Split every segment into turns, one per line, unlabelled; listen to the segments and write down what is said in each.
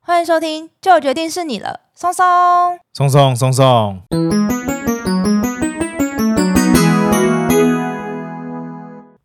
欢迎收听《就决定是你了》，松松。
松松松松，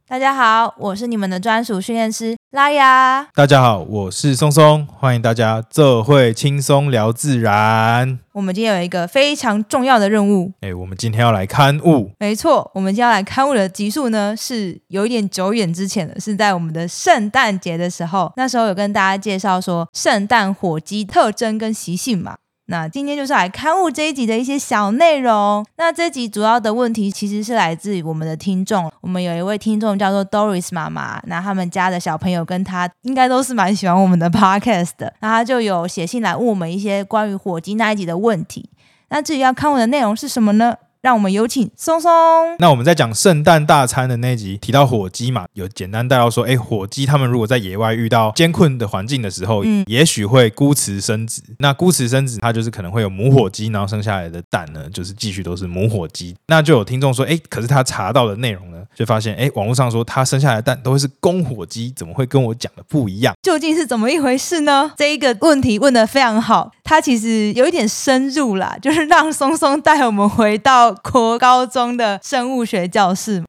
大家好，我是你们的专属训练师拉雅。
大家好，我是松松，欢迎大家这会轻松聊自然。
我们今天有一个非常重要的任务，
哎，我们今天要来刊物，
没错，我们今天要来刊物的集数呢，是有一点久远之前的，是在我们的圣诞节的时候，那时候有跟大家介绍说圣诞火鸡特征跟习性嘛。那今天就是来刊物这一集的一些小内容。那这集主要的问题其实是来自于我们的听众，我们有一位听众叫做 Doris 妈妈，那他们家的小朋友跟他应该都是蛮喜欢我们的 podcast 的，那他就有写信来问我们一些关于火鸡那一集的问题。那至于要刊物的内容是什么呢？让我们有请松松。
那我们在讲圣诞大餐的那集提到火鸡嘛，有简单带到说，哎，火鸡它们如果在野外遇到艰困的环境的时候，
嗯
也许会孤雌生子。那孤雌生子，它就是可能会有母火鸡，然后生下来的蛋呢，就是继续都是母火鸡。那就有听众说，哎，可是他查到的内容呢，就发现，哎，网络上说它生下来的蛋都会是公火鸡，怎么会跟我讲的不一样？
究竟是怎么一回事呢？这一个问题问得非常好，它其实有一点深入啦，就是让松松带我们回到国高中的生物学教室。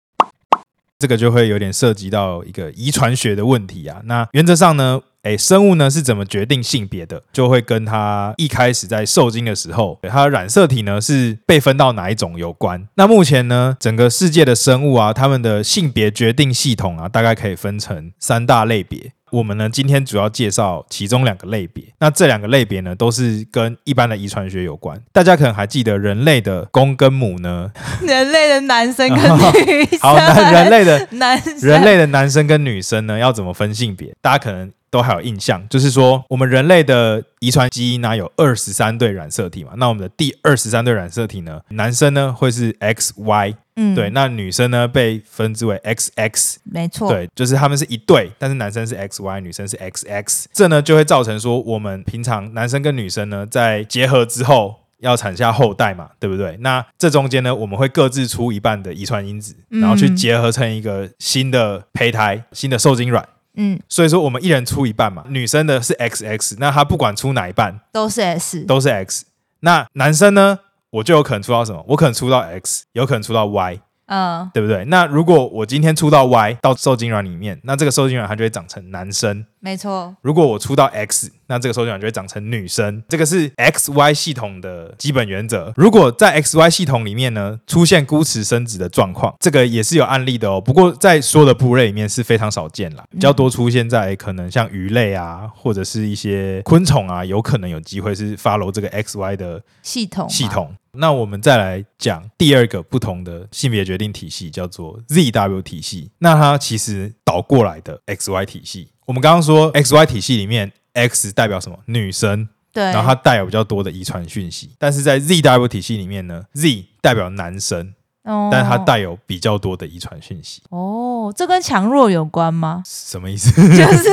这个就会有点涉及到一个遗传学的问题啊。那原则上呢，诶，生物呢是怎么决定性别的，就会跟它一开始在受精的时候，对它的染色体呢是被分到哪一种有关。那目前呢，整个世界的生物啊，它们的性别决定系统啊，大概可以分成三大类别。我们呢，今天主要介绍其中两个类别。那这两个类别呢，都是跟一般的遗传学有关。大家可能还记得，人类的公跟母呢，
人类的男生跟女生，
好，那人类的
男生
人类的男生跟女生呢，要怎么分性别？大家可能都还有印象，就是说我们人类的遗传基因呢有二十三对染色体嘛，那我们的第二十三对染色体呢，男生呢会是 XY，、
嗯
对，，那女生呢被分之为 XX。
没错，
对，就是他们是一对，但是男生是 X Y，女生是 X X，这呢就会造成说，我们平常男生跟女生呢在结合之后要产下后代嘛，对不对？那这中间呢，我们会各自出一半的遗传因子，然后去
嗯
结合成一个新的胚胎、新的受精卵。
嗯，
所以说，我们一人出一半嘛，女生的是 X X，那她不管出哪一半
都是 S，
都是 X。那男生呢，我就有可能出到什么？我可能出到 X，有可能出到 Y。
嗯
对不对？那如果我今天出到 Y 到受精卵里面，那这个受精卵它就会长成男生；
没错，
如果我出到 X，那这个受精卵就会长成女生。这个是 XY 系统的基本原则。如果在 XY 系统里面呢出现孤雌生殖的状况，这个也是有案例的哦。不过在所有的哺乳类里面是非常少见啦，比较多出现在可能像鱼类啊，或者是一些昆虫啊，有可能有机会是 follow 这个 XY 的
系统嘛
系，统。那我们再来讲第二个不同的性别决定体系，叫做 ZW 体系。那它其实倒过来的 XY 体系。我们刚刚说 XY 体系里面，X 代表什么？女生，
对，
然后它带有比较多的遗传讯息。但是在 ZW 体系里面呢，Z 代表男生，
哦
但是它带有比较多的遗传讯息。？
哦，这跟强弱有关吗
什么意思？
就是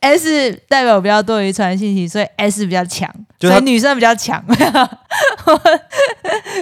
S 代表比较多遗传信息，所以 S 比较强，
就
所
它
以女生比较强。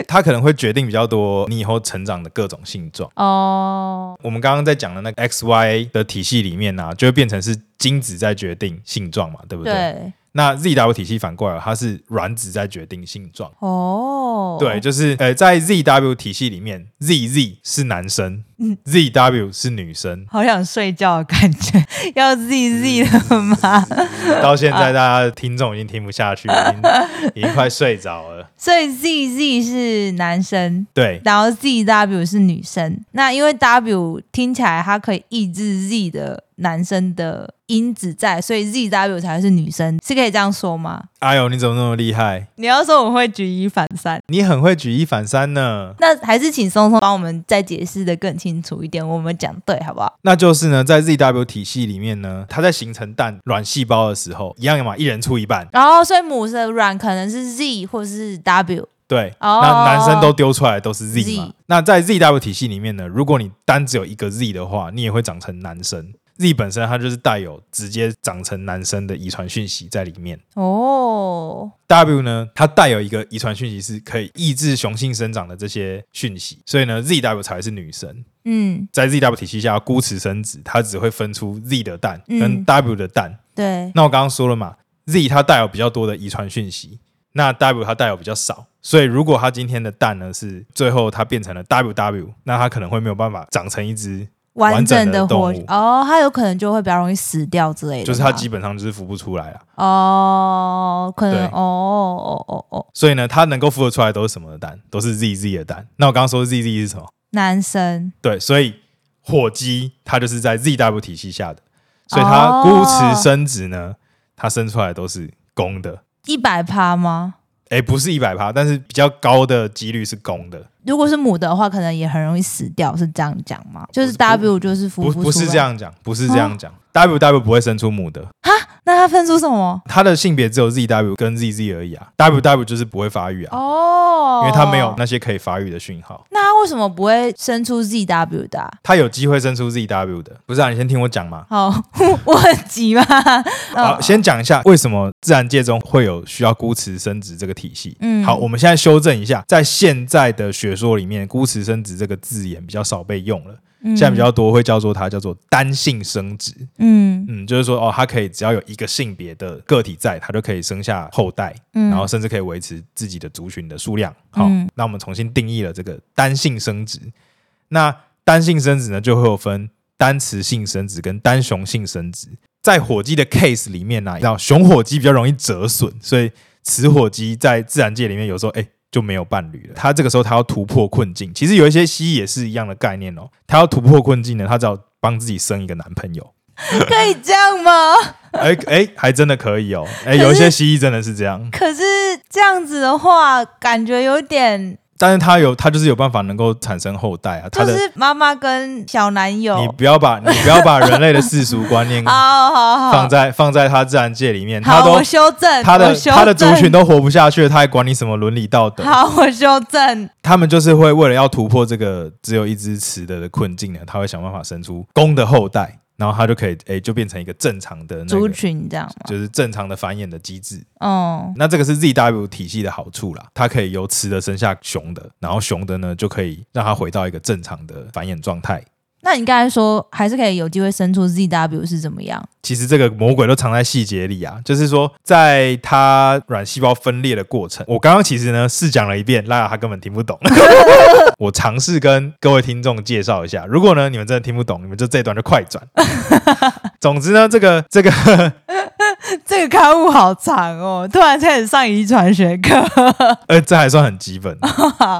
它可能会决定比较多你以后成长的各种性状。
哦，
我们刚刚在讲的那个 X Y 的体系里面呢、就会变成是精子在决定性状嘛，对不对？
对，
那 ZW 体系反过来，它是卵子在决定性状。
哦，
对，就是呃，在 ZW 体系里面，ZZ 是男生、z w 是女 生。
好想睡觉的感觉， 要 Z
嗯
Z 了吗？
到现在，大家听众已经听不下去，已经已经快睡着了。
所以 Z Z 是男生，
对，
然后 Z W 是女生。那因为 W 听起来它可以抑制 Z 的男生的因子在，所以 Z W 才是女生，是可以这样说吗？
哎呦，你怎么那么厉害？
你要说我会举一反三，
你很会举一反三呢。
那还是请松松帮我们再解释的更清楚一点，我们讲对好不好？
那就是呢，在 ZW 体系里面呢，它在形成蛋卵细胞的时候，一样嘛，一人出一半。
然后，所以母的卵可能是 Z 或是 W，
对，
哦
那男生都丢出来都是 Z 嘛
Z。
那在 ZW 体系里面呢，如果你单只有一个 Z 的话，你也会长成男生。Z 本身它就是带有直接长成男生的遗传讯息在里面。
哦，
W 呢，它带有一个遗传讯息是可以抑制雄性生长的这些讯息，所以呢，ZW 才是女生。
嗯，
在 ZW 体系下，孤雌生子，它只会分出 Z 的蛋
嗯
跟 W 的蛋。
对，
那我刚刚说了嘛 Z 它带有比较多的遗传讯息，那 W 它带有比较少。所以如果它今天的蛋呢是最后它变成了 WW，那它可能会没有办法长成一只，
完整
的
活
动物
哦，它有可能就会比较容易死掉之类的吧，
就是它基本上就是孵不出来啊了。
哦，可能
对
哦哦哦哦哦，
所以呢，它能够孵得出来都是什么的蛋？都是 ZZ 的蛋。那我刚刚说 ZZ 是什么？
男生
对，所以火鸡它就是在 ZW 体系下的，所以它估
哦
值生殖呢，它生出来都是公的。
一百趴吗？
哎，不是一百趴，但是比较高的几率是公的，
如果是母的话，可能也很容易死掉，是这样讲吗？就是
不是
W 就是孵
不
出
不是
来啊
这，样讲，不是这样讲。W W 不会生出母的，
那它分出什么？
它的性别只有 Z W 跟 Z Z 而已啊。W W 就是不会发育啊，
哦，
因为它没有。那些可以发育的讯号。
那它为什么不会生出 ZW 的啊、
它有机会生出 Z W 的，不是啊？你先听我讲嘛。
好， 我很急嘛。
好，
嗯
先讲一下为什么自然界中会有需要估词生殖这个体系。
嗯
好，我们现在修正一下，在现在的学说里面，估词生殖这个字眼比较少被用了，现在比较多会叫做它叫做单性生殖。
嗯
嗯，就是说哦，它可以只要有一个性别的个体在，它就可以生下后代，
嗯，
然后甚至可以维持自己的族群的数量。好，
嗯
那我们重新定义了这个单性生殖。那单性生殖呢，就会有分单雌性生殖跟单雄性生殖。在火鸡的 case 里面呢、啊，要雄火鸡比较容易折损，所以雌火鸡在自然界里面有时候哎、就没有伴侣了。它这个时候它要突破困境，其实有一些蜥蜴也是一样的概念哦。它要突破困境呢，它只好帮自己生一个男朋友。
可以这样吗？
哎哎，还真的可以哦。
可
哎，
是
有一些蜥蜴真的是这样，
可是这样子的话，感觉有点
但是它有它就是有办法能够产生后代啊。它
就
的
是妈妈跟小男
你
友。
不要 把你不要把人类的世俗观念
好好好，
放在放在它自然界里面，它
好，
都
我修正，
它
我
的
修
它的族
正
群都活不下去了，它还管你什么伦理道德？
好，我修正。
他们就是会为了要突破这个只有一只雌的的困境呢，他会想办法生出公的后代，然后它就可以哎、就变成一个正常的那
族
个。
群这样吗？
就是正常的繁衍的机制，
哦，
那这个是 ZW 体系的好处啦，它可以由雌的生下雄的，然后雄的呢就可以让它回到一个正常的繁衍状态。
那你刚才说还是可以有机会生出 ZW 是怎么样？
其实这个魔鬼都藏在细节里啊，就是说，在它卵细胞分裂的过程，我刚刚其实呢试讲了一遍，拉雅她根本听不懂。 我尝试跟各位听众介绍一下，如果呢你们真的听不懂，你们就这一段就快转。总之呢，这个这个
这个刊物好长哦，突然开始上遗传学课。
呃，这还算很基本。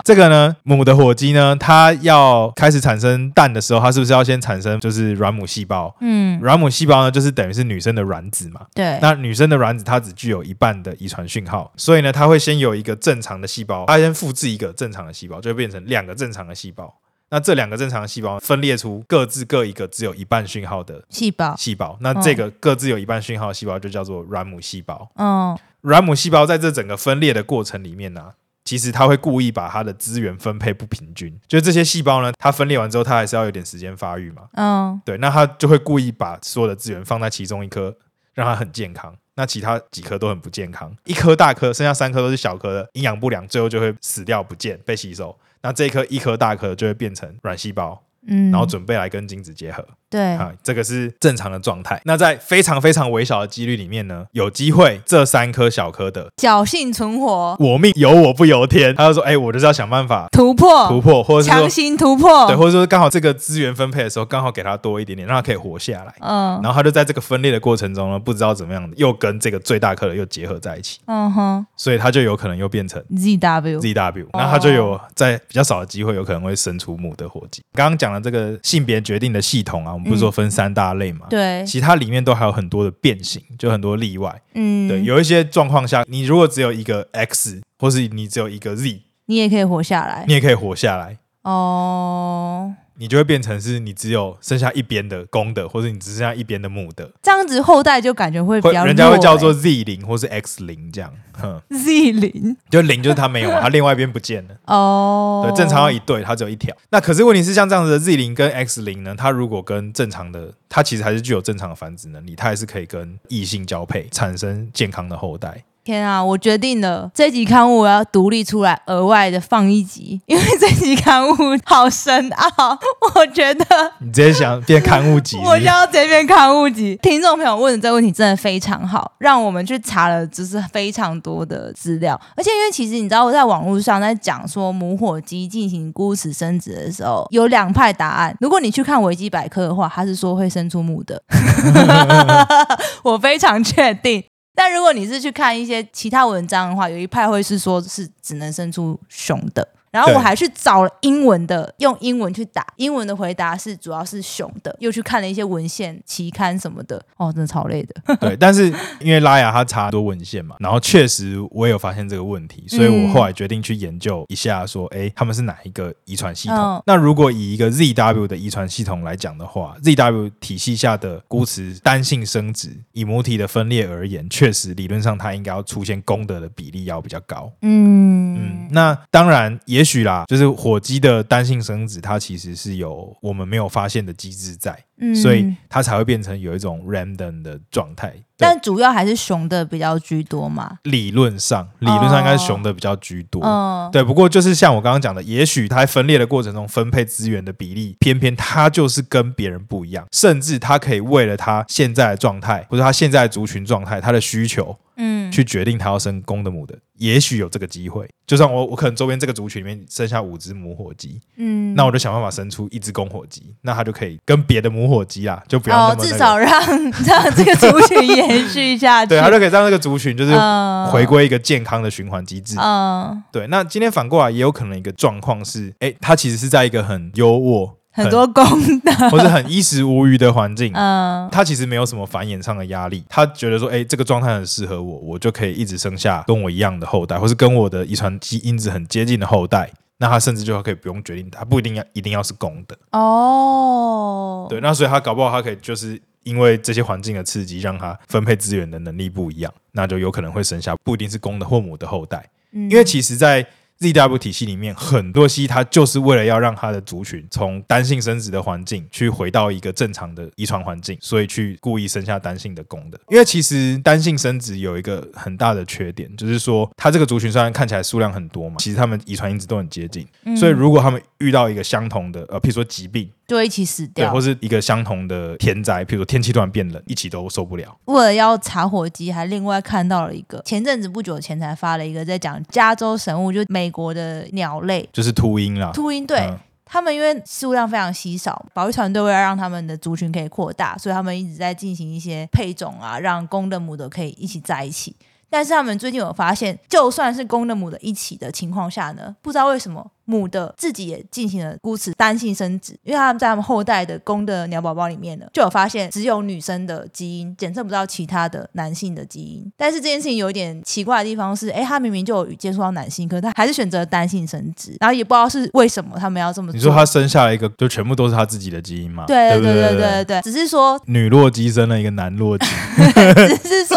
这个呢，母的火鸡呢，它要开始产生蛋的时候，它是不是要先产生就是卵母细胞？
嗯，
卵母细胞呢，就是等于是女生的卵子嘛。
对，
那女生的卵子它只具有一半的遗传讯号，所以呢，它会先有一个正常的细胞，它先复制一个正常的细胞，就会变成两个正常的细胞。那这两个正常的细胞分裂出各自各一个只有一半讯号的
细胞。
细胞，那这个各自有一半讯号的细胞就叫做卵母细胞。
嗯
卵母细胞在这整个分裂的过程里面呢、其实它会故意把它的资源分配不平均，就是这些细胞呢，它分裂完之后，它还是要有点时间发育嘛。
嗯，
对，那他就会故意把所有的资源放在其中一颗，让它很健康。那其他几颗都很不健康，一颗大颗，剩下三颗都是小颗的，营养不良，最后就会死掉不见，被吸收。那这一颗一颗大颗就会变成卵细胞，
嗯，
然后准备来跟精子结合、
对，
啊，这个是正常的状态。那在非常非常微小的几率里面呢，有机会这三颗小颗的，
侥幸存活，
我命由我不由天，他就说，哎、我就是要想办法
突破，
突破，或者是
哦强
说，
行突破，
对，或者说刚好这个资源分配的时候，刚好给他多一点点，让他可以活下来。
嗯
然后他就在这个分裂的过程中呢，不知道怎么样的又跟这个最大颗的又结合在一起，
嗯哼
所以他就有可能又变成
，ZW，
ZW，
哦
那他就有在比较少的机会有可能会生出母的火鸡。刚刚讲的这个性别决定的系统啊，我们不是说分三大类嘛？
嗯对，
其他里面都还有很多的变形，就很多例外。
嗯，
对，有一些状况下，你如果只有一个 X，或是你只有一个 Z，
你也可以活下来
你也可以活下来。
哦。
你就会变成是你只有剩下一边的公的，或者你只剩下一边的母的，
这样子后代就感觉会比
会
较弱欸，欸
人家会叫做 Z 零或是 X 零这样。哼，
Z 零
就零就是它没有嘛，啊它另外一边不见了。
哦，
对，正常要一对，它只有一条。那可是问题是，像这样子的 Z 零跟 X 零呢，它如果跟正常的，它其实还是具有正常的繁殖能力，它还是可以跟异性交配，产生健康的后代。
天啊！我决定了，这集刊物我要独立出来，额外的放一集，因为这集刊物好深奥，我觉得
你直接想变 刊物集是不
我
是
就要这篇刊物集。听众朋友问的这个问题真的非常好，让我们去查了就是非常多的资料，而且因为其实你知道我在网络上在讲说母火鸡进行孤雌生殖的时候，有两派答案。如果你去看维基百科的话，它是说会生出母的，我非常确定。但如果你是去看一些其他文章的话，有一派会是说是只能生出雄的。然后我
对
还去找了英文的，用英文去打，英文的回答是主要是雄的，又去看了一些文献、期刊什么的，哦，真的超累的。
对，但是因为拉雅她查很多文献嘛，然后确实我也有发现这个问题，所以
嗯
我后来决定去研究一下说，诶哎他们是哪一个遗传系统？
嗯
那如果以一个 ZW 的遗传系统来讲的话，ZW 体系下的孤雌单性生殖，以母体的分裂而言，确实理论上它应该要出现公的的比例要比较高。嗯
嗯，
那当然，也许啦，就是火鸡的单性生殖，它其实是有我们没有发现的机制在，
嗯
所以它才会变成有一种 random 的状态。对
但主要还是雄的比较居多嘛。
理论上，理论上应该是雄的比较居多。
嗯，
对，不过就是像我刚刚讲的，也许它在分裂的过程中分配资源的比例，偏偏它就是跟别人不一样，甚至它可以为了它现在的状态，或者它现在的族群状态，它的需求，
嗯，
去决定它要生公的母的，也许有这个机会。就算我我可能周边这个族群里面剩下五只母火鸡，
嗯，
那我就想办法生出一只公火鸡，那它就可以跟别的母火鸡啦，就不要那
哦，
么、那个
至少让让这个族群延续下去。
对，它就可以让这个族群就是
嗯
回归一个健康的循环机制。
嗯，
对，那今天反过来也有可能一个状况是，哎，它其实是在一个很优渥、
很多公的，
或是很衣食无余的环境。
嗯
它其实没有什么繁衍上的压力，它觉得说，哎、这个状态很适合我，我就可以一直生下跟我一样的后代，或是跟我的遗传基因子很接近的后代。那它甚至就可以不用决定，它不一定要一定要是公的。
哦，
对，那所以他搞不好他可以就是因为这些环境的刺激，让他分配资源的能力不一样，那就有可能会生下不一定是公的或母的后代。
嗯，
因为其实，在 ZW 体系里面，很多蜥它就是为了要让它的族群从单性生殖的环境去回到一个正常的遗传环境，所以去故意生下单性的公的。因为其实单性生殖有一个很大的缺点，就是说它这个族群虽然看起来数量很多嘛，其实它们遗传因子都很接近，
嗯
所以如果它们遇到一个相同的呃，譬如说疾病，
就一起死
对，
掉
或。是一个相同的天灾，譬如说天气突然变冷，一起都受不了。
为了要查火鸡，还另外看到了一个，前阵子不久前才发了一个，在讲加州神物，就是美国的鸟类
就是秃鹰啦，
秃鹰，对。
嗯
他们因为数量非常稀少，保育团队为了让他们的族群可以扩大，所以他们一直在进行一些配种啊，让公的母的可以一起在一起。但是他们最近有发现，就算是公的母的一起的情况下呢，不知道为什么母的自己也进行了孤雌单性生殖，因为他们在他们后代的公的鸟宝宝里面呢，就有发现只有女生的基因检测不到其他的男性的基因。但是这件事情有点奇怪的地方是，哎，他明明就有接触到男性，可是他还是选择单性生殖，然后也不知道是为什么他们要这么做。
你说他生下来一个，就全部都是他自己的基因嘛？
对
不
对
对
对对对，只是说，
女洛基生了一个男洛基，
只是说，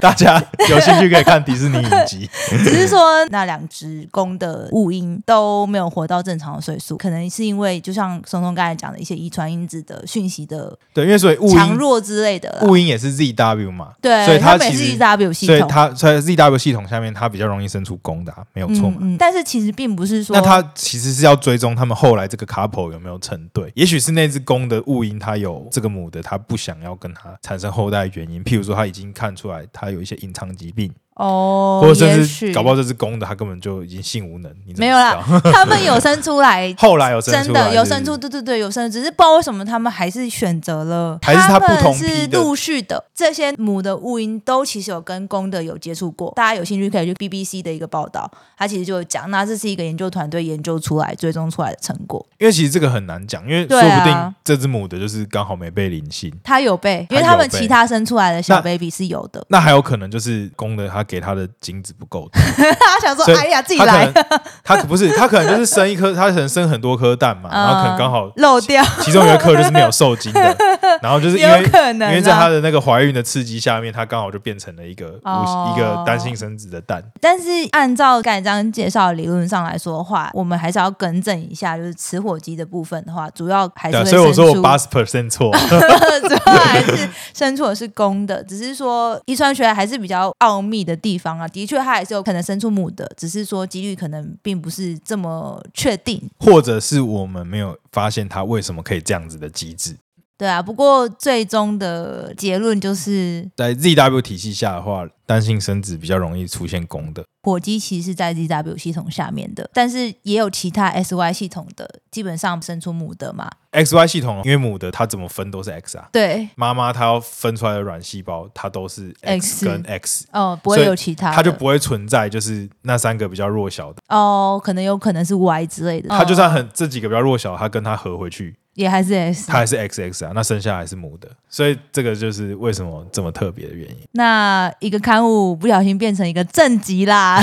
大家有兴趣可以看迪士尼影集。
只是说，那两只公的物鹰都没有活到正常的岁数，可能是因为就像松松刚才讲的一些遗传因子的讯息的
对，因为所以雾
强
音
弱之类的啦。
雾音也是 ZW 嘛，
对，
所以
它
它
们也
其
是
实
EW 系
所以
统，
它所以 ZW 系统下面它比较容易生出公的、啊，没有错嘛。
嗯嗯。但是其实并不是说
那它其实是要追踪他们后来这个 couple 有没有成对，也许是那只公的雾鹰，它有这个母的，它不想要跟它产生后代的原因，譬如说它已经看出来它有一些隐藏疾病，
哦，
或者
也
甚
许
至搞不好这只公的它根本就已经性无能，你怎么
没有啦
知道，。
他们有生出来
后来有生出
真
来
的有
是不
生
是
出，对对对，有生出，只是不知道为什么他们还是选择了，
还是它不同
们是
批的
陆续的，这些母的乌鹰都其实有跟公的有接触过，大家有兴趣可以去 BBC 的一个报道，它其实就有讲，那这是一个研究团队研究出来、追踪出来的成果，
因为其实这个很难讲，因为
对
说
啊
不定这只母的就是刚好没被零星，
它有被，因为
它
他
有
们
被
其他生出来的 小
那
baby 是有的，
那还有可能就是公的它给它的精子不够多，
他想说，
所以
哎呀， 自己
它可
来
能，它可不是它可能就是生一颗，它可能生很多颗蛋嘛，然后可能刚好
嗯漏掉，
其中有一颗就是没有受精 的，然后就是因为
有可能
因
啊
为在它的那个怀孕的刺激下面，它刚好就变成了一个无、
哦
一个单性生殖的蛋，
但是按照刚才这样介绍的理论上来说的话，我们还是要更正一下，就是吃火鸡的部分的话，主要还是
对啊、
会
所以我说我
生出
八十 percent 错，
主要还是生出的是公的，只是说遗传学还是比较奥秘的的地方啊，的确它还是有可能生出母的，只是说几率可能并不是这么确定。
或者是我们没有发现它为什么可以这样子的机制。
对啊，不过最终的结论就是
在 ZW 体系下的话，单性生殖比较容易出现公的。
火鸡其实是在 ZW 系统下面的，但是也有其他 SY 系统的，基本上生出母的嘛。
XY 系统，因为母的它怎么分都是 X 啊，
对，
妈妈它要分出来的卵细胞，它都是
X
X 跟 X，
哦，不会
所以
有其他的，
它就不会存在就是那三个比较弱小的，
哦，可能有可能是 Y 之类的，
它就
哦
算很这几个比较弱小，它跟它合回去，
也还是 S
它。还是 XX 啊，那剩下还是母的，所以这个就是为什么这么特别的原因。
那一个刊物不小心变成一个正极啦，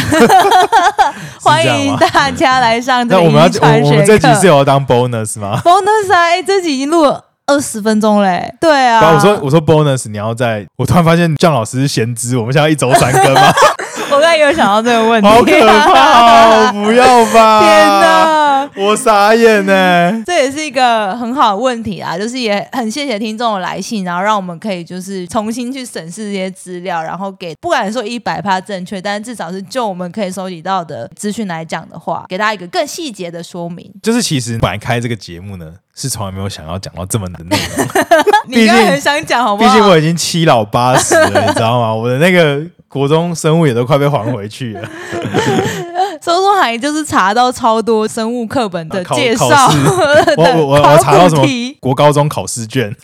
欢
这样
迎
吗
大家来上这
那
个
我们要
遗传
我我
学
们这集是
课。
有要当 bonus 吗？
bonus 啊，哎这集已经录了二十分钟嘞、对
然
啊，
后我说我说 bonus，你要在，我突然发现酱老师是先知，我们现在要一周三 更吗？
我刚才有想到这个问题，
好可怕、哦！不要吧！
天哪！
我傻眼呢、
这也是一个很好的问题啊，就是也很谢谢听众的来信，然后让我们可以就是重新去审视这些资料，然后给不敢说一百趴正确，但至少是就我们可以收集到的资讯来讲的话，给大家一个更细节的说明。
就是其实本来开这个节目呢，是从来没有想要讲到这么难的内容。
你刚才很想讲 好不
毕
好？
竟我已经七老八十了，你知道吗？我 的那个国中生物也都快被还回 去了。
周中海就是查到超多生物课本的
啊考
介绍，
考 试我我我我查到什
考
么
古题
国高中考试卷，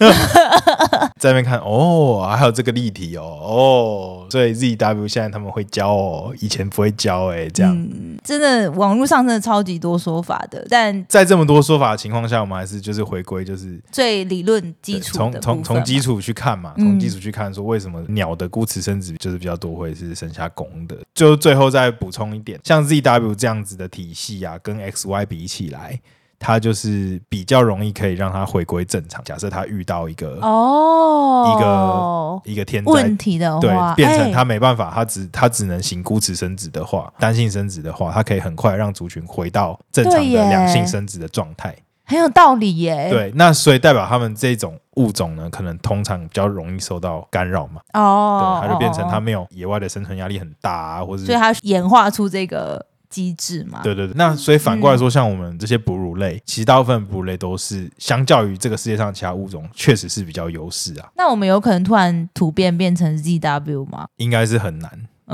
在那边看哦，还有这个例题哦哦，所以 ZW 现在他们会教哦，以前不会教哎、这样。
嗯真的网络上真的超级多说法的，但
在这么多说法的情况下，我们还是就是回归，就是
最理论基
对
础
从
的
从
部
从
分
基
嘛
础去看嘛，
嗯
从基础去看说为什么鸟的孤雌生殖就是比较多会是剩下公的。就最后再补充一点，像 ZW 这样子的体系啊，跟 XY 比起来，它就是比较容易可以让它回归正常。假设它遇到一个、
哦，
一个嗯天灾
问。题的话，
对，变成
哎
它没办法，它只它只能行孤雌生殖的话，单性生殖的话，它可以很快让族群回到正常
对
的
耶
两性生殖的状态。
很有道理耶。，
对，那所以代表他们这种物种呢，可能通常比较容易受到干扰嘛，
哦，
对，它就变成
哦
它，没有野外的生存压力很大、啊，或者
哦所以它演化出这个机制嘛。
对对对。那所以反过来说，像我们这些哺乳
嗯
类，其实大部分哺乳类都是相较于这个世界上其他物种，确实是比较优势啊，
那我们有可能突然突变变成 ZW 吗？
应该是很 难。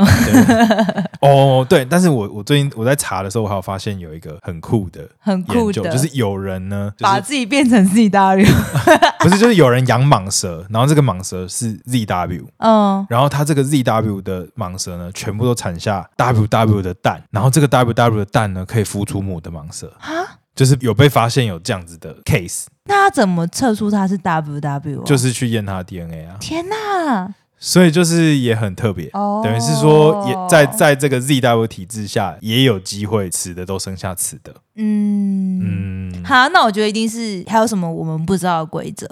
对哦，对，但是我我最近我在查的时候，我还有发现有一个很酷的
很酷
研究，
的，
就是有人呢，就
把
是
自己变成 ZW。
不是就是有人养蟒蛇，然后这个蟒蛇是 ZW，
嗯，
然后它这个 ZW 的蟒蛇呢，全部都产下 WW 的蛋，然后这个 WW 的蛋呢，可以孵出母的蟒蛇，
啊，
就是有被发现有这样子的 case，
那它怎么测出它是 WW？、啊、
就是去验它的 DNA 啊，
天哪，
所以就是也很特别，
哦，
等于是说也在在这个 ZW 体制下，也有机会雌的都生下雌的，
嗯。
嗯，
好，那我觉得一定是还有什么我们不知道的规则，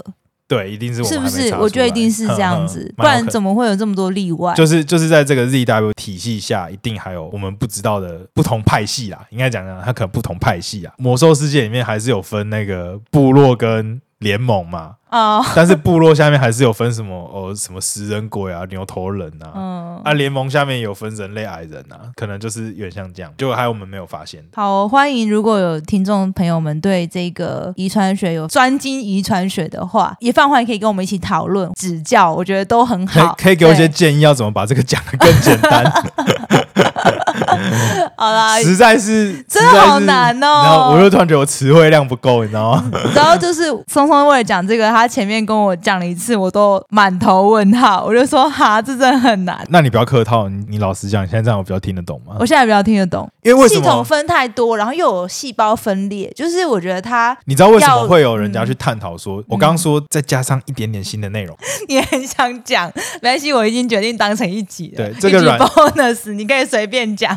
对，一定是我
是
们
不
还没
是
查？出
我觉得一
来嗯
定是这样子， 不然怎
么？
么会有这么多例外？
就是就是在这个 ZW 体系下，一定还有我们不知道的不同派系啦。应该讲讲，它可能不同派系啊。魔兽世界里面还是有分那个部落跟联盟嘛，
哦，
但是部落下面还是有分什么哦什么食人鬼啊、牛头人啊。
嗯，
啊，联盟下面有分人类、矮人啊，可能就是有点像这样，就还有我们没有发现的。
好，欢迎如果有听众朋友们对这个遗传学有专精遗传学的话，也放欢可以跟我们一起讨论指教，我觉得都很
可以
好。
可以给我一些
对
建议，要怎么把这个讲得更 简单？
好 啦，
实在是
哎真
实
的
在
好
是
难哦
然后我又突然觉得我词汇量不够，你知道吗？
然后就是松松为了讲这个，他前面跟我讲了一次，我都满头问号，我就说哈，这真的很难，
那你不要客套，你你老实讲，你现在这样我比较听得懂吗
我？现在比较听得懂。
因为为什
呃系统
么？
分太多，然后又有细胞分裂，就是我觉得他
你知道为什么会有人家去探讨说，
嗯
我刚刚说再加上一点点新的 内容，
也很想讲，没关系，我已经决定当成一集了。
对这个
一集
软
bonus 你可以随便讲。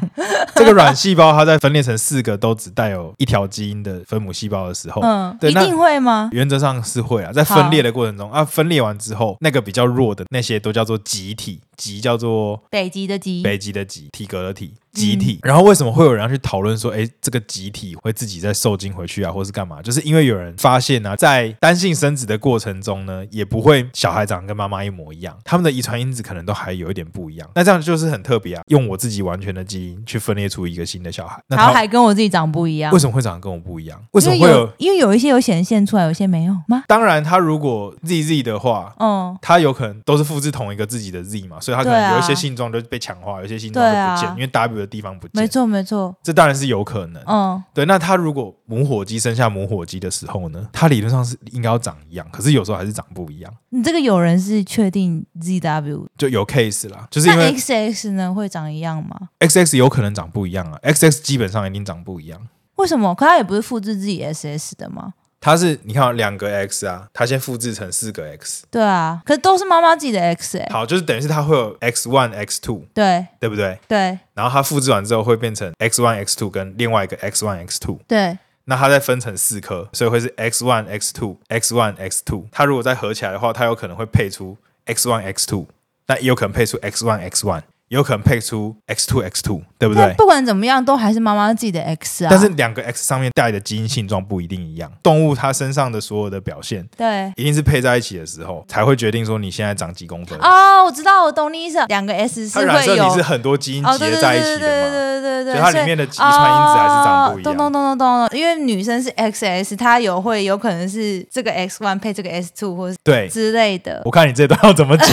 这个卵细胞它在分裂成四个都只带有一条基因的分母细胞的时候，
嗯，
哦对
一
那
定会吗？
原则上是会啊，在分裂的过程中啊，分裂完之后，那个比较弱的那些都叫做集体极叫做
北极的极，
北极的
嗯
极，体格的体，集体。然后为什么会有人要去讨论说，哎，这个集体会自己再受精回去啊，或是干嘛？就是因为有人发现呢、啊，在单性生子的过程中呢，也不会小孩长得跟妈妈一模一样，他们的遗传因子可能都还有一点不一样。那这样就是很特别啊，用我自己完全的基因去分裂出一个新的小孩。那
然后
他
还跟我自己长不一样
为。什么会长得跟我不一样？为什么
因
会
为
有？
因为有一些有显现出来，有一些没有吗？
当然，他如果 ZZ 的话，
嗯，
他有可能都是复制同一个自己的 Z 嘛，所以他可
对
能
啊
有一些性状就被强化，有一些性状就
对啊
不见，因为 W 的地方不
没
见。
错没错，
这当然是有可能。
嗯，
对，那他如果母火鸡生下母火鸡的时候呢，它理论上是应该要长一样，可是有时候还是长不一样，
你这个有人是确定 ZW，
就有 case 啦，就是因
那
为
XX 呢会长一样吗？
XX 有可能长不一样啊，XX 基本上一定长不一样。
为什么？可他也不是复制自己 SS 的吗？
它是你看啊两个 X 啊，它先复制成四个 X，
对啊，可是都是妈妈自己的 X 哎、
好，就是等于是它会有 X one X two，
对
对不对？
对
然后它复制完之后会变成 X one X two 跟另外一个 X one X two，
对，
那它再分成四颗，所以会是 X one X two X one X two。它如果再合起来的话，它有可能会配出 X one X two，那也有可能配出 X one X one，也有可能配出 X two X two，对不
但
对？
不管怎么样，都还是妈妈自己的 X 啊。
但是两个 X 上面带的基因性状不一定一样，动物它身上的所有的表现，
对
一定是配在一起的时候才会决定说你现在长几公分。
哦，我知道，我懂你意思了。两个 S 是
它染
会
色
有
体是很多基因
哦，对
结
对
在
对
一
对
起
对
的嘛，
对对对，
所以它
所
里面的遗传因子还是长不一样
哦懂懂懂懂懂懂，因为女生是 XX，她有会有可能是这个 X one 配这个 S two 或是
对。
之类的，
我看你这段要怎么 讲？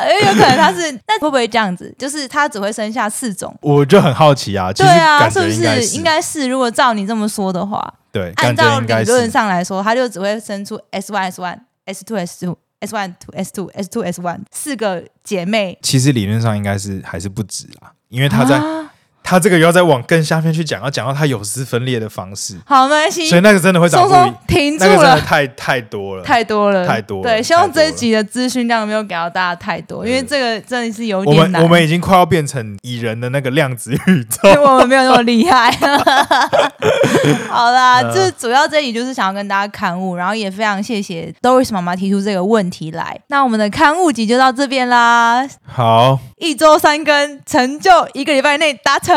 因为有可能她是， 那会不会这样子？就是她只会生下四种。
我就很好奇啊。其
对
实
啊，
感
是不
觉应该
是
是
应该是？如果照你这么说的话，
对，
按
感觉
照
应
理
该
论
是。
上来说，它就只会生出 S one S one S two S two S one two S two S two S one 四个姐妹。
其实理论上应该是还是不止啦，因为他在、
啊、
他这个又要再往更下面去讲，要讲到他有丝分裂的方式，
好，没关系，
所以那个真的会长
松
不一，
松停住
那个真的
了。
太太多了。
太多了，
太多了
对，希望
太多了
这一集的资讯量没有给到大家太多，因为这个真的是有
我
点
们
难。
我们已经快要变成蚁人的那个量子宇宙，
因为我们没有那么厉 害。 好啦，
嗯
这主要这里就是想要跟大家刊物，然后也非常谢谢 Doris 妈妈提出这个问题来。那我们的刊物集就到这边啦，
好，
一周三更，成就一个礼拜内达成。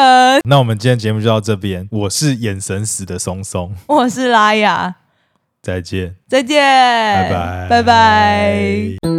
那我们今天节目就到这边。我是眼神死的松松，
我是拉雅，
再见，
再见，
拜拜，
拜拜。